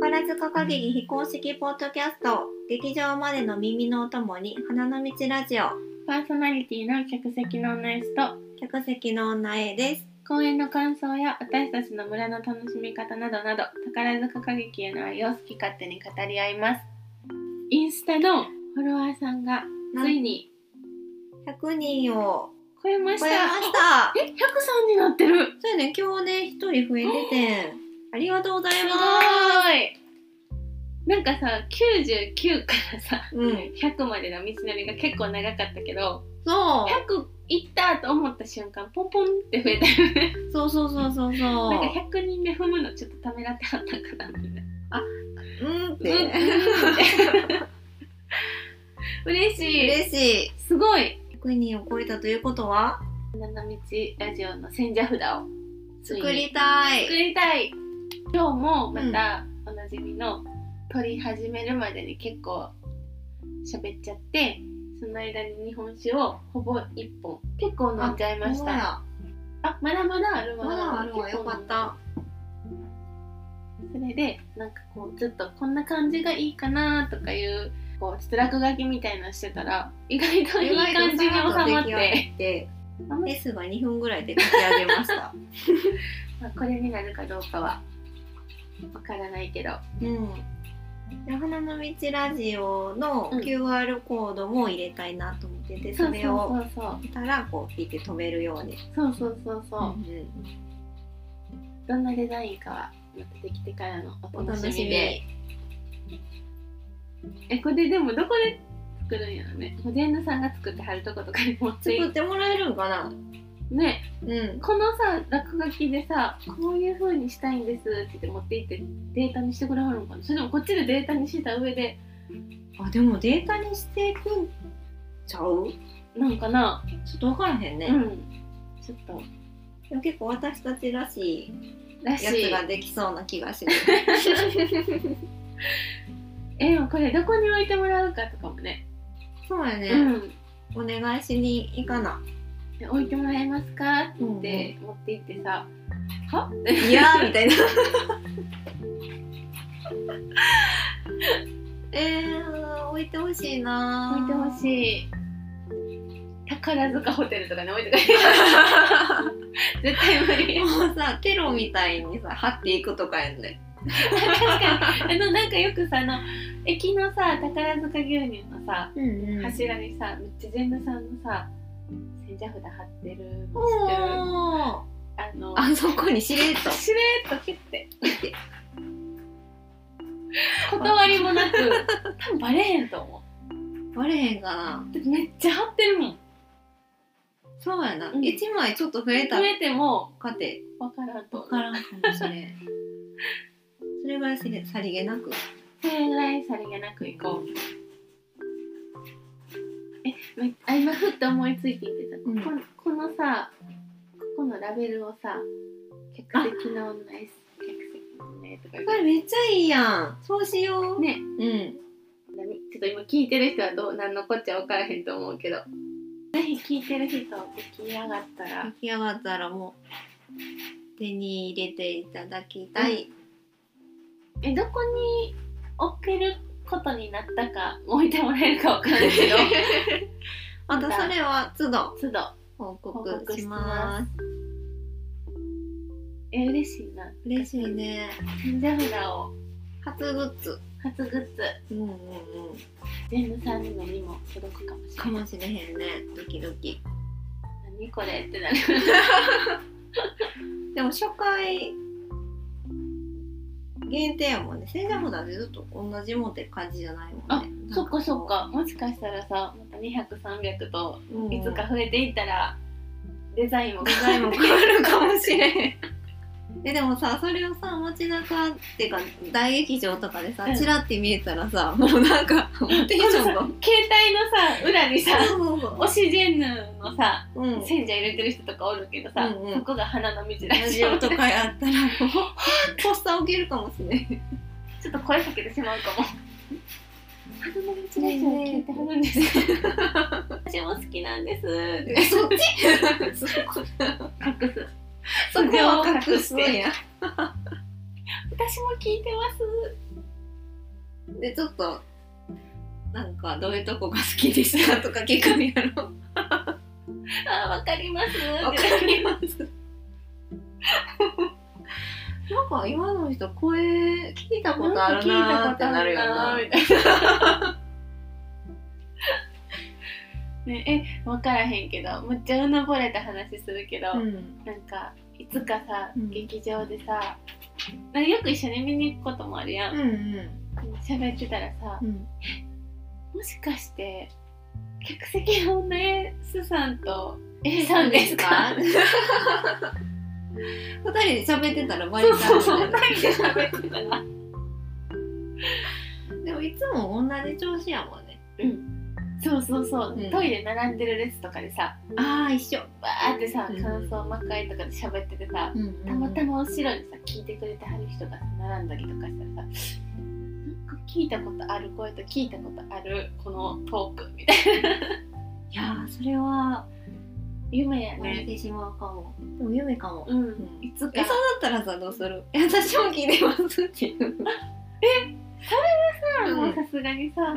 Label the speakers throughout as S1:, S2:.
S1: 貝塚限り非公式ポッドキャスト劇場までの耳のお供に花の道ラジオ
S2: パーソナリティの客席の女 S と
S1: 客席の女 A です
S2: 公演の感想や私たちの村の楽しみ方などなど宝塚歌劇への愛を好き勝手に語り合いますインスタのフォロワーさんがついに
S1: 100人を
S2: 超えまし
S1: 超
S2: た
S1: えました
S2: え103になってる
S1: そうやね今日ね一人増えててありがとうござい
S2: す
S1: ま
S2: ごいなんかさ99からさ
S1: すうん
S2: 100までの道のりが結構長かったけど
S1: そ
S2: 100いったと思った瞬間ポンポンって増えたよね
S1: うそうそうそうそうそう
S2: なんか100人目踏むのちょっとためらってはったんかなみんな
S1: うんっ
S2: うん
S1: て
S2: 嬉しい
S1: 嬉しい
S2: すごい
S1: 100人を超えたということは
S2: 七道ラジオの千社札をついに
S1: 作りた
S2: 作
S1: い
S2: りたい今日もまたおなじみの撮り始めるまでに結構喋っちゃってその間に日本酒をほぼ一本結構飲んじゃいまし
S1: ほん
S2: たあ
S1: や
S2: まだまだあるわ
S1: まだあるわ
S2: 結
S1: よ
S2: 構
S1: かった
S2: それでなんかこうずっとこんな感じがいいかなとかいうこうちょっと落書きみたいなのしてたら意外といい感じに収
S1: 意外
S2: まっ
S1: とさらっと出来上
S2: て
S1: がってレスが2分ぐらいで書き上げました。
S2: まあこれになるかどうかはわからないけど
S1: うん。で花の道ラジオの
S2: うん
S1: QR コードも入れたいなと思ってて、それを
S2: そうそう
S1: 見たらこうピッて止めるように。
S2: そうそうそうそう、
S1: うん
S2: どんなデザインかはまたできてからのお
S1: お
S2: 楽
S1: 楽
S2: し
S1: し
S2: み
S1: み
S2: で
S1: で。
S2: えこれでもどこで作るんやろね保全のさんが作ってはるとことかに持ってい
S1: 作ってもらえるんかな。
S2: ね
S1: うん。
S2: このさ落書きでさこういう風にしたいんですって言って持っていってデータにしてくれはるのかなそれでもこっちでデータにした上で
S1: あでもデータにしていくんちゃう？
S2: なんかな
S1: ちょっとわからへん
S2: う
S1: ね。
S2: んちょっと
S1: でも結構私たちらし
S2: ら
S1: い
S2: し
S1: やつ
S2: い
S1: ができそうな気がして。
S2: えでもこれどこに置いてもらうかとかもね
S1: そうや
S2: う
S1: ね。
S2: ん
S1: お願いしに行かな。
S2: で置いてもらえますかって
S1: うんうん
S2: 言って持って行ってさはっ
S1: いやーみ たいな。えー、置いてほしいな
S2: 置いてほ
S1: い。
S2: しい宝塚ホテルとかに置いてく れ絶対無理
S1: もうさ、テロみたいにさ、貼っていくとかやんね。
S2: 確かにあのなんかよくさあの駅のさ宝塚牛乳のさ
S1: うんう
S2: 柱にさめっちゃ全部さんのさ千社札貼ってるの知ってる
S1: おー
S2: あの
S1: あそこにしれっと。
S2: しれーっと切って 断りもなく多分バレへんと思
S1: バレへんかな。
S2: うだってめっちゃ貼ってるもん
S1: そうやな。
S2: うん
S1: 一、枚ちょっと増えた
S2: 増えても
S1: かて。
S2: 分からんと
S1: わ
S2: 思う
S1: からんかもしれん。 それぐらいさりさりげなく。
S2: それぐらいさりげなく行こう。え、めあ今ふっと思いついて言ってた、
S1: うん
S2: このこのさ、ここのラベルをさ、客席の女 S、客席の女 A とか言
S1: これめっちゃいいやん。そうしよう。
S2: う。ね、
S1: うん。
S2: 何ちょっと今聞いてる人はどうなんのこっちゃ分からへんと思うけど、ぜひ聞いてる人出来上がったら
S1: 出、来上がったらもう手に入れていただきたい、
S2: え、どこに置けることになったか置いてもらえるか分からんけ ど、
S1: またそれは都度
S2: 都度
S1: 報
S2: 報
S1: 告
S2: 告
S1: し
S2: し
S1: ま
S2: ますえ、嬉しいな。
S1: 嬉しいね
S2: 神社札を
S1: 初グッズ
S2: 初グッズ
S1: うんうんうん
S2: 全部さんのにも届くかもし
S1: か
S2: れない
S1: もしれへんねドキドキ
S2: 何これってなる
S1: でも初回限定やもんね千社札でずっと同じもんって感じじゃないもんね
S2: あ
S1: なん
S2: そっかそっかもしかしたらさまた200300
S1: こ
S2: と
S1: う、うん、
S2: いつか増えていったらデザインも
S1: デザインも変わるかもしれんえでもさそれをさ街中っていうか大劇場とかでさ
S2: うん
S1: チラって見えたらさ、もうなんかもうテンションが
S2: 携帯のさ裏にさ
S1: そうそう
S2: 推しジェンヌのさ
S1: そううん
S2: 洗車入れてる人とかおるけどさ、
S1: うんうん
S2: そこが花の道
S1: ラ
S2: ラ
S1: ジ
S2: ジ
S1: オ
S2: オ
S1: と
S2: とか
S1: かやったらもうポスター置けるかもしれん
S2: ちょっと声かけてしまうかも花の道ラジオ聞いてはるんです私も好きなんです
S1: えそっちそこ
S2: 隠す
S1: そこは隠すんや
S2: 私も聞いてます
S1: でちょっとなんかどういうとこが好きでしたとか聞くんやろ
S2: あわかります
S1: わかります なんか今の人声聞いたことあるなーってなるよな
S2: 聞いたことあるなーみたいな ねえ分からへんけどむっちゃうぬぼれた話するけど、
S1: うん
S2: なんかいつかさ、
S1: うん
S2: 劇場でさなんかよく一緒に見に行くこともあるや
S1: うんんうん
S2: 喋ってたらさ
S1: うん
S2: もしかして客席の女 S さんと A さんですか
S1: 二人で喋ってたら割
S2: そう
S1: とある
S2: そう
S1: よね
S2: そう二人で喋ってたら
S1: でもいつも同じ調子やもんね
S2: そうそうそう、
S1: うん
S2: トイレ並んでる列とかでさ
S1: ああ一緒
S2: バーってさ
S1: うん
S2: 感想魔界とかで喋っててさ、たまたま後ろにさ聞いてくれてはる人が並んだりとかしたらさなんか聞いたことある声と聞いたことあるこのトークみたいない
S1: やーそれは
S2: 夢や
S1: 割れ
S2: ね
S1: てしまうかもでも夢かも
S2: うん、
S1: ん
S2: いつか
S1: えそうだったらさどうするえ私も聞いてますっていう、
S2: さ
S1: うん
S2: もうさすがにさ
S1: うん、
S2: 「はあ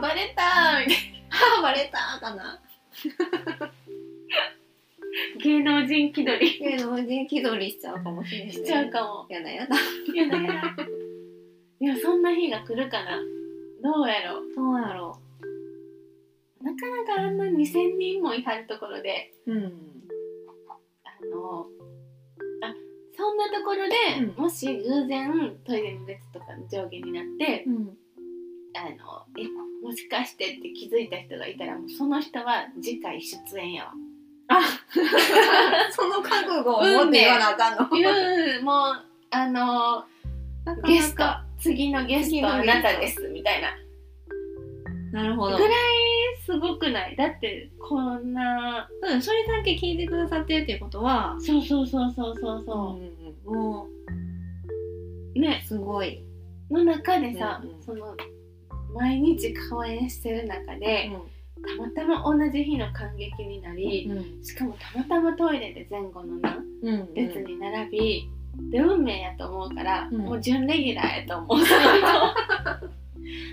S2: バレた!」みたい
S1: はあバレたかな
S2: な芸能人気取り
S1: 芸能人気取りしちゃうかもしれない
S2: しちゃうかも
S1: やだやだ
S2: やだやだいやそんな日が来るかなどうやろう
S1: どうやろ
S2: なかなかあんな2,000人もいはるところで
S1: ううん
S2: あのあそんなところで、
S1: うん
S2: もし偶然トイレの列とかの上下になって
S1: うん
S2: あのえもしかしてって気づいた人がいたらもうその人は次回出演やわ。
S1: あその覚悟を持って言わなあかんの、
S2: いうもうあの
S1: なかなか
S2: ゲスト次のゲス
S1: 次
S2: ト
S1: のゲ
S2: あ
S1: スト
S2: なたですみたいな
S1: なるほど
S2: ぐらいすごくないだってこんな
S1: うんそれだけ聞いてくださってるっていうことは
S2: そうそうそうそうそうそ
S1: んうんも
S2: う、ね
S1: うすごい、
S2: の中でさ、
S1: うんうん
S2: その毎日公演してる中で、
S1: う
S2: たまたま同じ日の感激になり、
S1: ん
S2: しかもたまたまトイレで前後のな
S1: うん、
S2: 列に並び、で運命やと思うから、
S1: うん
S2: もう準レギュラーやと思うだ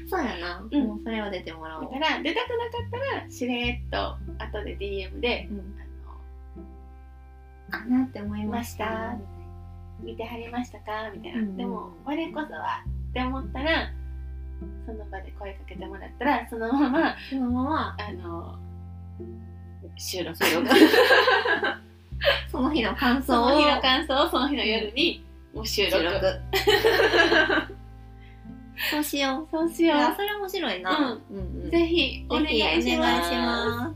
S1: そうやな、
S2: うん
S1: もうそれは出てもらおう
S2: から出たくなかったらしれーっと後で DM で
S1: うん
S2: 「あ
S1: かなって思いました
S2: まの見てはりましたか?」みたいな、
S1: うん
S2: でも「我こそは」って思ったらその場で声かけてもらったらそのまま
S1: そのまま
S2: あの収 録を
S1: その日の感
S2: そ
S1: 想を
S2: の日の感想をその日の夜にもう収録
S1: 収録そうしよ
S2: そうし
S1: うい
S2: よ
S1: や
S2: う
S1: それ面白いな、うんうん
S2: ぜひお願いします
S1: ぜひお願いし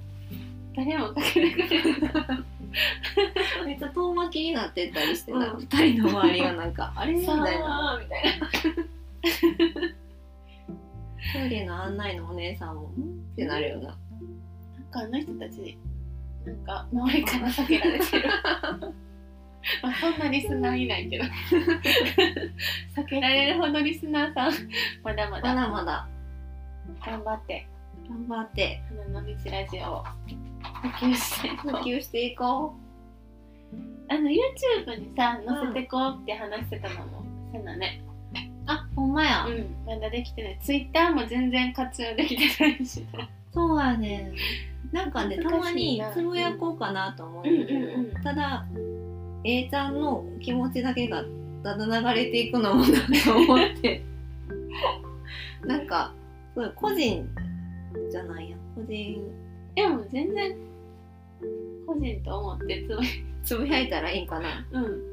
S2: 誰もかけなくて
S1: すめっちゃ遠巻きになってったりしてた、
S2: うん
S1: 二人の周りがなん かあれみたいな
S2: みたいな
S1: トイレの案内のお姉さんもんってなるよな
S2: なんかあの人たちなんか周りから避けら れてるまあそんなリスナーいないけど避けられるほどリスナーさんまだま
S1: ま
S2: だ
S1: だまだ
S2: 頑張って
S1: 頑張って
S2: 花の道ラジオを普及していこ
S1: 普
S2: う
S1: 及していこ
S2: あの YouTube にさ載せてこうって話してたのもそうだね
S1: うあほんまや、
S2: うんまだできてない Twitter も全然活用できてな いし
S1: そうやねなんかねた
S2: 難
S1: ま
S2: しい
S1: に
S2: な
S1: つぶやこうかなと思うんだけど、
S2: うんうんうん
S1: ただ A ちゃんの気持ちだけがだだ流れていくのもなと思って なんかそう個人じゃないや個人
S2: でも全然個人と思ってつぶ
S1: つぶやいたらいいんかな
S2: うん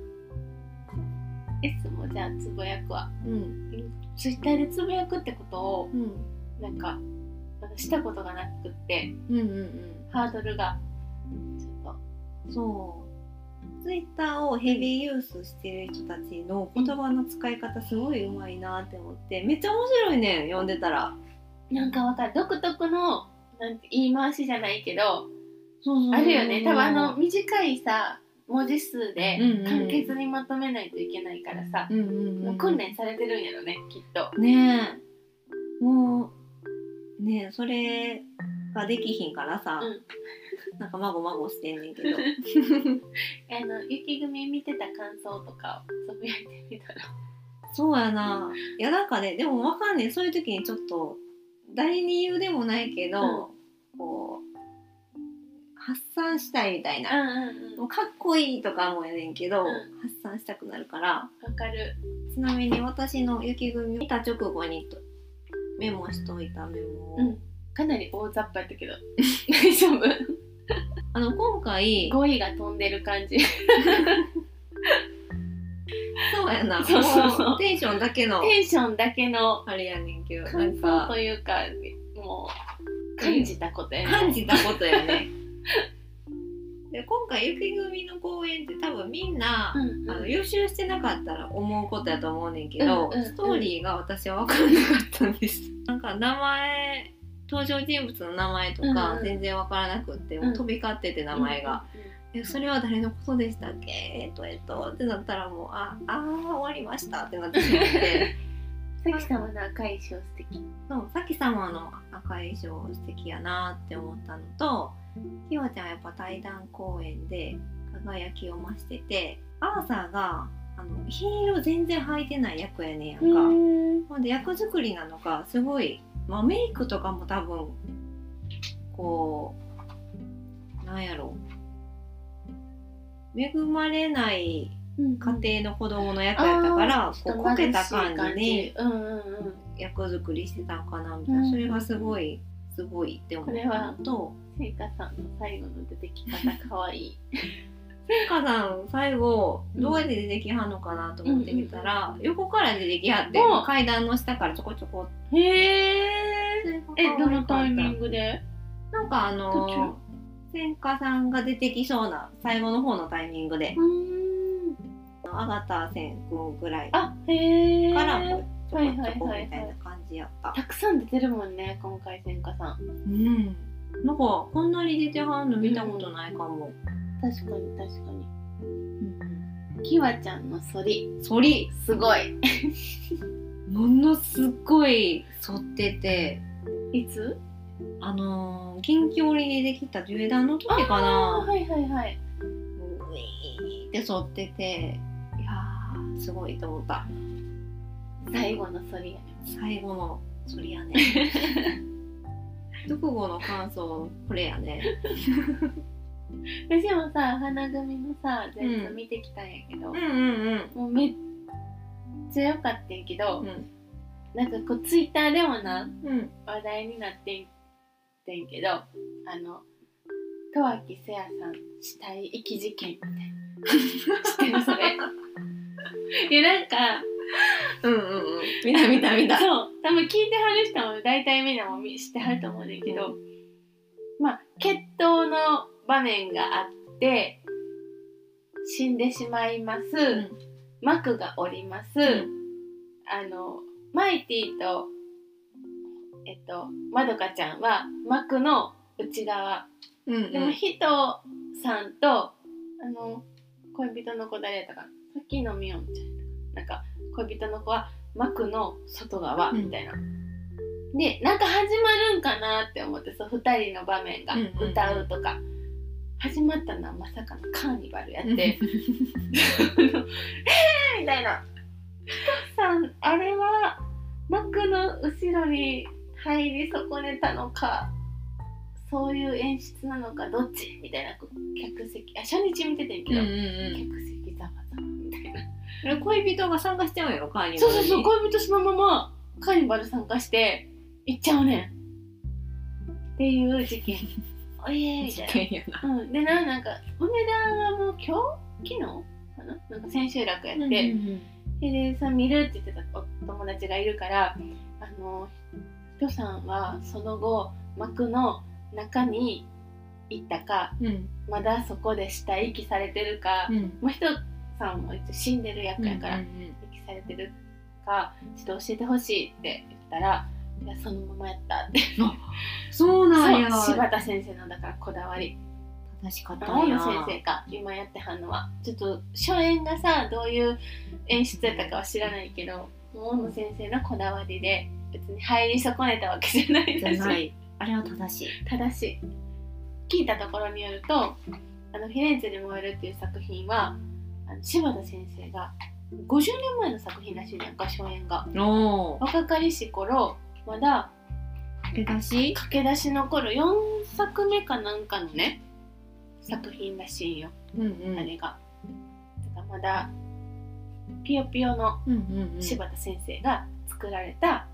S2: S もじゃあつぶやくわ
S1: うん
S2: ツイッターでつぶやくってことを
S1: うん
S2: なんかまだしたことがなくって
S1: うんうんうん
S2: ハードルがちょっ
S1: そうツイッターをヘビーユースしてる人たちの言葉の使い方すごい上手いなって思ってめっちゃ面白いねん読んでたら
S2: となんかわかる独特のなんて言い回しじゃないけどあ
S1: あ
S2: るよね多分あの短いさ文字数で
S1: うんうん
S2: 簡潔にまとめないといけないからさ、
S1: うんうん
S2: も
S1: う、
S2: うん訓練されてるんやろねきっ と
S1: ねえもうねえそれができひんからさ、なんかまごまごしてんねん けど
S2: あの雪組見てた感想とかをつぶやいてみたら
S1: そうやな。いやなんかねでもわかんねえそういう時にちょっと誰に言うでもないけど、こう発散したいみたいな。
S2: うん
S1: もうかっこいいとかもやねんけど、
S2: うん
S1: 発散したくなるから
S2: わかる
S1: ちなみに私の雪組を見た直後にとメモしといたメモを、
S2: うんかなり大雑把やったけど大丈夫
S1: あの今回
S2: 語彙が飛んでる感じ
S1: そうやな
S2: そうそうそう
S1: もテンションだけの
S2: テンションだけの
S1: あれやねんけどな
S2: 感
S1: ん
S2: 想
S1: か
S2: というかもう感じたことやね
S1: 感じたことやねで今回雪組の公演って多分みんな、
S2: うん
S1: あの
S2: うん
S1: 予習してなかったら思うことやと思うねんけど、
S2: うんうんうん
S1: ストーリーが私は分からなかったんですなんか名前登場人物の名前と
S2: うん
S1: か
S2: うん
S1: 全然分からなくって、もう飛び交ってて名前が、えそれは誰のことでしたっけえっとえっとってなったらもうああー終わりましたってなってしまって
S2: さきさまの赤い衣装素敵
S1: そうさき様の赤い衣装素敵やなって思ったのとひわちゃんはやっぱ対談公演で輝きを増しててアーサーがあのヒール全然履いてない役やねんやんか。
S2: うん
S1: ほんで役作りなのかすごい、まあ、メイクとかも多分こうなんやろう恵まれない
S2: うん
S1: 家庭の子供の役やったから、こうこけた感じで
S2: うんうんうん
S1: 役作りしてたんかなみたいな、
S2: うん
S1: それがすごいすごいって思っ
S2: これ
S1: たの
S2: は
S1: と
S2: せいかさんの最後の出てき方かわいい
S1: せいかさん最後どうやって出てきはんのかなと思ってみたら、横から出てきはって、
S2: うん
S1: 階段の下からちょこちょこ
S2: へええどのタイミングで
S1: なんかあ
S2: 途中
S1: の千佳さんが出てきそうな最後の方のタイミングで
S2: うん
S1: あがた千くんぐらいか
S2: あへえ
S1: らもうちょこちょこ
S2: はいはいはいはい
S1: みたいな感じやった。
S2: たくさん出てるもんね今回せんかさん
S1: うん。なんかこんなに出てはんの見たことないかも。
S2: 確かに確かにきわちゃんの反り
S1: 反り
S2: すごい
S1: ものすっごい反ってて
S2: いつ
S1: あのー、近距離でできた縦断の時か
S2: あ
S1: な
S2: はいはいはいう
S1: いーって反ってていやーすごいと思った
S2: 最後の反りやね
S1: 最後のそれやね 読後の感想これやね
S2: 私もさ花組のさ全部見てきたんやけど、
S1: うんうん
S2: もうめっちゃ良かったんやけど、
S1: うん
S2: なんかこうツイッターでもな
S1: うん
S2: 話題になってんてんけどあの十脇せやさん死体遺棄事件みたい な知ってるそ れいやなんか
S1: うんうんうん 見た見た見た
S2: そう多分聞いてはる人も大体みんなも知ってはると思うねんだけど、まあ決闘の場面があって死んでしまいます、
S1: ん
S2: 幕が下ります、
S1: ん
S2: あのマイティとえっとまどかちゃんは幕の内側、
S1: うんうん
S2: でもヒトさんとあの恋人の子誰やったかなさっきのみおんちゃんやったかななんか恋人の子は幕の外側
S1: うん
S2: みたいな、でなんか始まるんかなって思ってそう2人の場面が
S1: うんうんうん
S2: 歌うとか、始まったのはまさかのカーニバルやって。 みたいな。ヒトさん、あれは幕の後ろに入り損ねたのか、そういう演出なのか、どっちみたいな、こう客席、あ、初日見ててん
S1: うん
S2: け
S1: うん
S2: ど、
S1: うん
S2: 客席ざわざわみたいな。
S1: あれ恋人が参加しちゃうよカーニバ
S2: そう
S1: ルに
S2: そうそう、恋人そのままカーニバル参加して、行っちゃうねん。っていう事件。おいえーみた
S1: 事
S2: いな。
S1: 件やな
S2: うん、でななんか梅田はもう今日昨日かななんか千秋楽やって、
S1: うんうん
S2: でさ見るって言ってたお友達がいるからあのひとさんはその後幕の中に行ったか
S1: うん
S2: まだそこで死体遺棄されてるか、
S1: うん
S2: もうひとさんも一応死んでる役やから、
S1: うんうん
S2: 遺棄されてるかちょっと教えてほしいって言ったら。いやそのままやったって
S1: そうなんや
S2: そう柴田先生のだからこだわり
S1: 正しかった
S2: 青
S1: んや
S2: 野先生か今やってはんのはちょっと初演がさどういう演出やったかは知らないけど青野先生のこだわりで別に入り損ねたわけじゃないらし
S1: じゃないあれは正しい
S2: 正しい聞いたところによると「あのフィレンツェで燃える」っていう作品はあの柴田先生が50年前の作品らしいねんか初演が
S1: おー
S2: 若かりし頃まだ
S1: 駆け出し
S2: 駆け出しの頃4作目かなんかのね作品らしいよ、
S1: うんう
S2: あれがだからまだピヨピヨの
S1: うんうんうん
S2: 柴田先生が作られた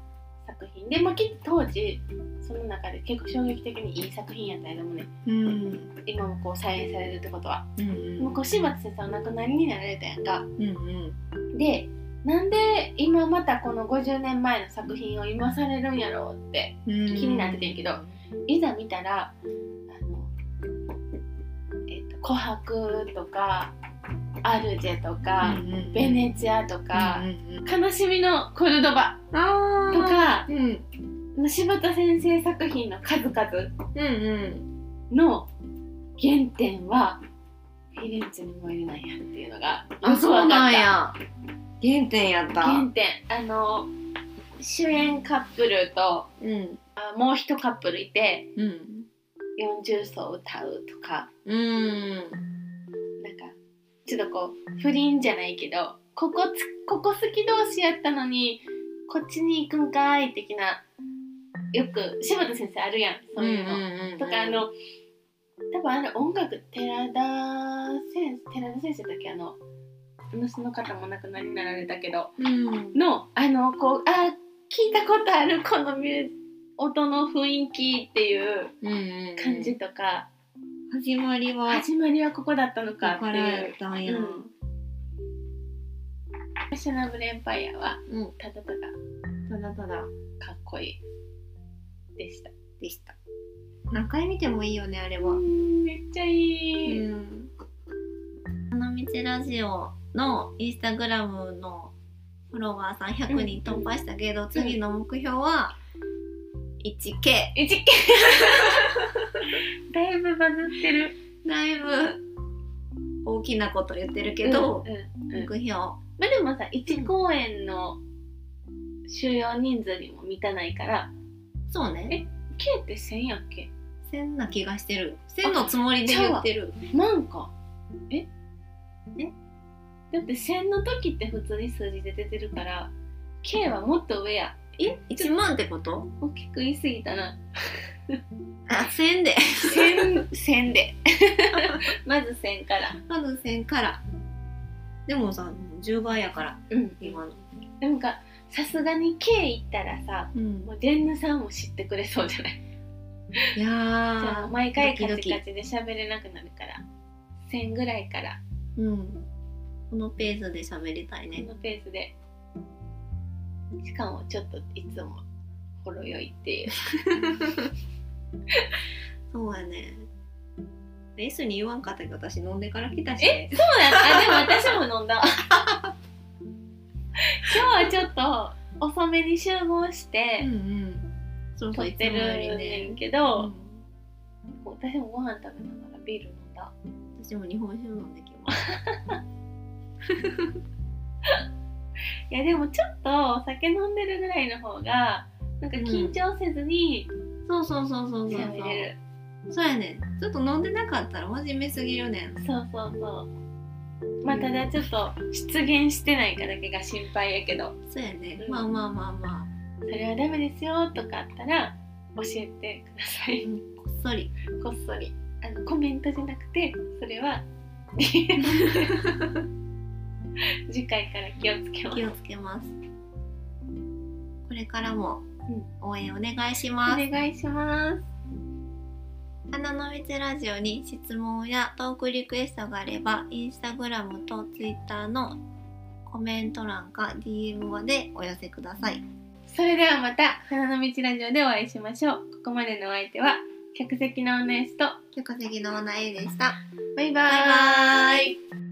S2: 作品で、まあ、きっと当時その中で結構衝撃的にいい作品やったりでもね
S1: うん
S2: 今もこう再演されるってことは、
S1: うんうん
S2: もうこう柴田先生お亡くなりになられたやんか
S1: うんうん
S2: でなんで今またこの50年前の作品を今されるんやろうって
S1: うん
S2: 気になっててんけどいざ見たらあの、えっと琥珀とかアルジェとか、
S1: うんうん
S2: ベネチアと
S1: う
S2: か
S1: ん、うんうん
S2: 悲しみのコルドバ
S1: あー
S2: とか、
S1: うんうん
S2: 柴田先生作品の数々
S1: うん
S2: の原点はフィレンツェにもいるなんやっていうのが
S1: あそうなん
S2: よ
S1: や原点やっ
S2: くわ
S1: た
S2: かった原点あの主演カップルと
S1: うん
S2: あもう一カップルいて
S1: うん
S2: 40層歌うとか
S1: うん
S2: なんかちょっとこう不倫じゃないけどここつここ好き同士やったのにこっちに行くんかい的なよく柴田先生あるやんそういうの。
S1: ん
S2: とかあの多分あれ音楽寺田先生寺田先生だっけあの娘の方も亡くなりになられたけど
S1: うん
S2: のあのこうあー聞いたことあるこのミュ音の雰囲気っていう
S1: うん
S2: 感じとか、
S1: 始まりは
S2: 始まりはここだったの
S1: ここ
S2: かって
S1: から
S2: い
S1: や
S2: う
S1: っ。たん
S2: う
S1: や
S2: んファッショナブルエンパイアは
S1: うん
S2: ただただ
S1: ただただ
S2: かっこいいでした。
S1: でした何回見てもいいよねあれは
S2: うんめっちゃいい。
S1: うん花道ラジオのインスタグラムのフォロワーさん100人突破したけど、次の目標は 1K
S2: 一件 だいぶバズってる
S1: だいぶ大きなこと言ってるけど、
S2: うん
S1: 目
S2: うん
S1: 標
S2: まあでもさ1公演の収容人数にも満たないから
S1: そうね
S2: K って1000やっけ
S1: 1000な気がしてる1000のつもりで言ってる
S2: 万かえ
S1: え
S2: だって1000の時って普通に数字で出てるから K はもっと上や
S1: え1万ってこと
S2: 大きく言い過ぎた な
S1: あ1000で
S2: 1000, 1000で まず1000から
S1: まず1000からでもさ10倍やから
S2: うん
S1: 今の
S2: なんかさすがに K 行ったらさ
S1: うん
S2: もうジェンヌさんも知ってくれそうじゃない
S1: いや
S2: じゃ
S1: ー
S2: あ毎回カ
S1: ドキ
S2: チ
S1: ド
S2: カチで喋れなくなるから1000ぐらいから
S1: キうんこのペースで喋りたい
S2: こ
S1: ね
S2: のペースでしかもちょっといつもほろ酔いっていう
S1: そうやねレースに言わんかったけど私飲んでから来たし
S2: えそうやったでも私も飲ん だ今日はちょっと遅めに集合し
S1: うんう
S2: て
S1: んそうそ
S2: 撮
S1: う
S2: っ
S1: いつ
S2: て
S1: もよ
S2: る
S1: り
S2: ん
S1: ね
S2: ねんけ
S1: う
S2: ど、
S1: ん
S2: 私もご飯食べながらビール飲んだ
S1: 私も日本酒飲んできます
S2: いやでもちょっとお酒飲んでるぐらいの方がなんか緊張せずに
S1: そうそうそうそうそうそう
S2: 喋れる、
S1: そうやねちょっと飲んでなかったら真面目すぎるねん
S2: そうそうそう。まあ、ただちょっと出現してないかだけが心配やけど、
S1: そうやね、
S2: うん
S1: まあまあまあまあ
S2: それはダメですよとかあったら教えてください。
S1: こっそり
S2: こっそり。あのコメントじゃなくて、それ は次回から気をつけます
S1: 気。をつけますこれからも
S2: うん
S1: 応援お願いし
S2: お
S1: ます
S2: 願いします。
S1: 花の道ラジオに質問やトークリクエストがあればインスタグラムとツイッターのコメント欄か DM までお寄せください
S2: それではまた花の道ラジオでお会いしましょう。ここまでのお相手は客席のオネスト。
S1: 曲席のオナエでした
S2: バイバ
S1: バイ
S2: ー
S1: バ
S2: イ
S1: ーイ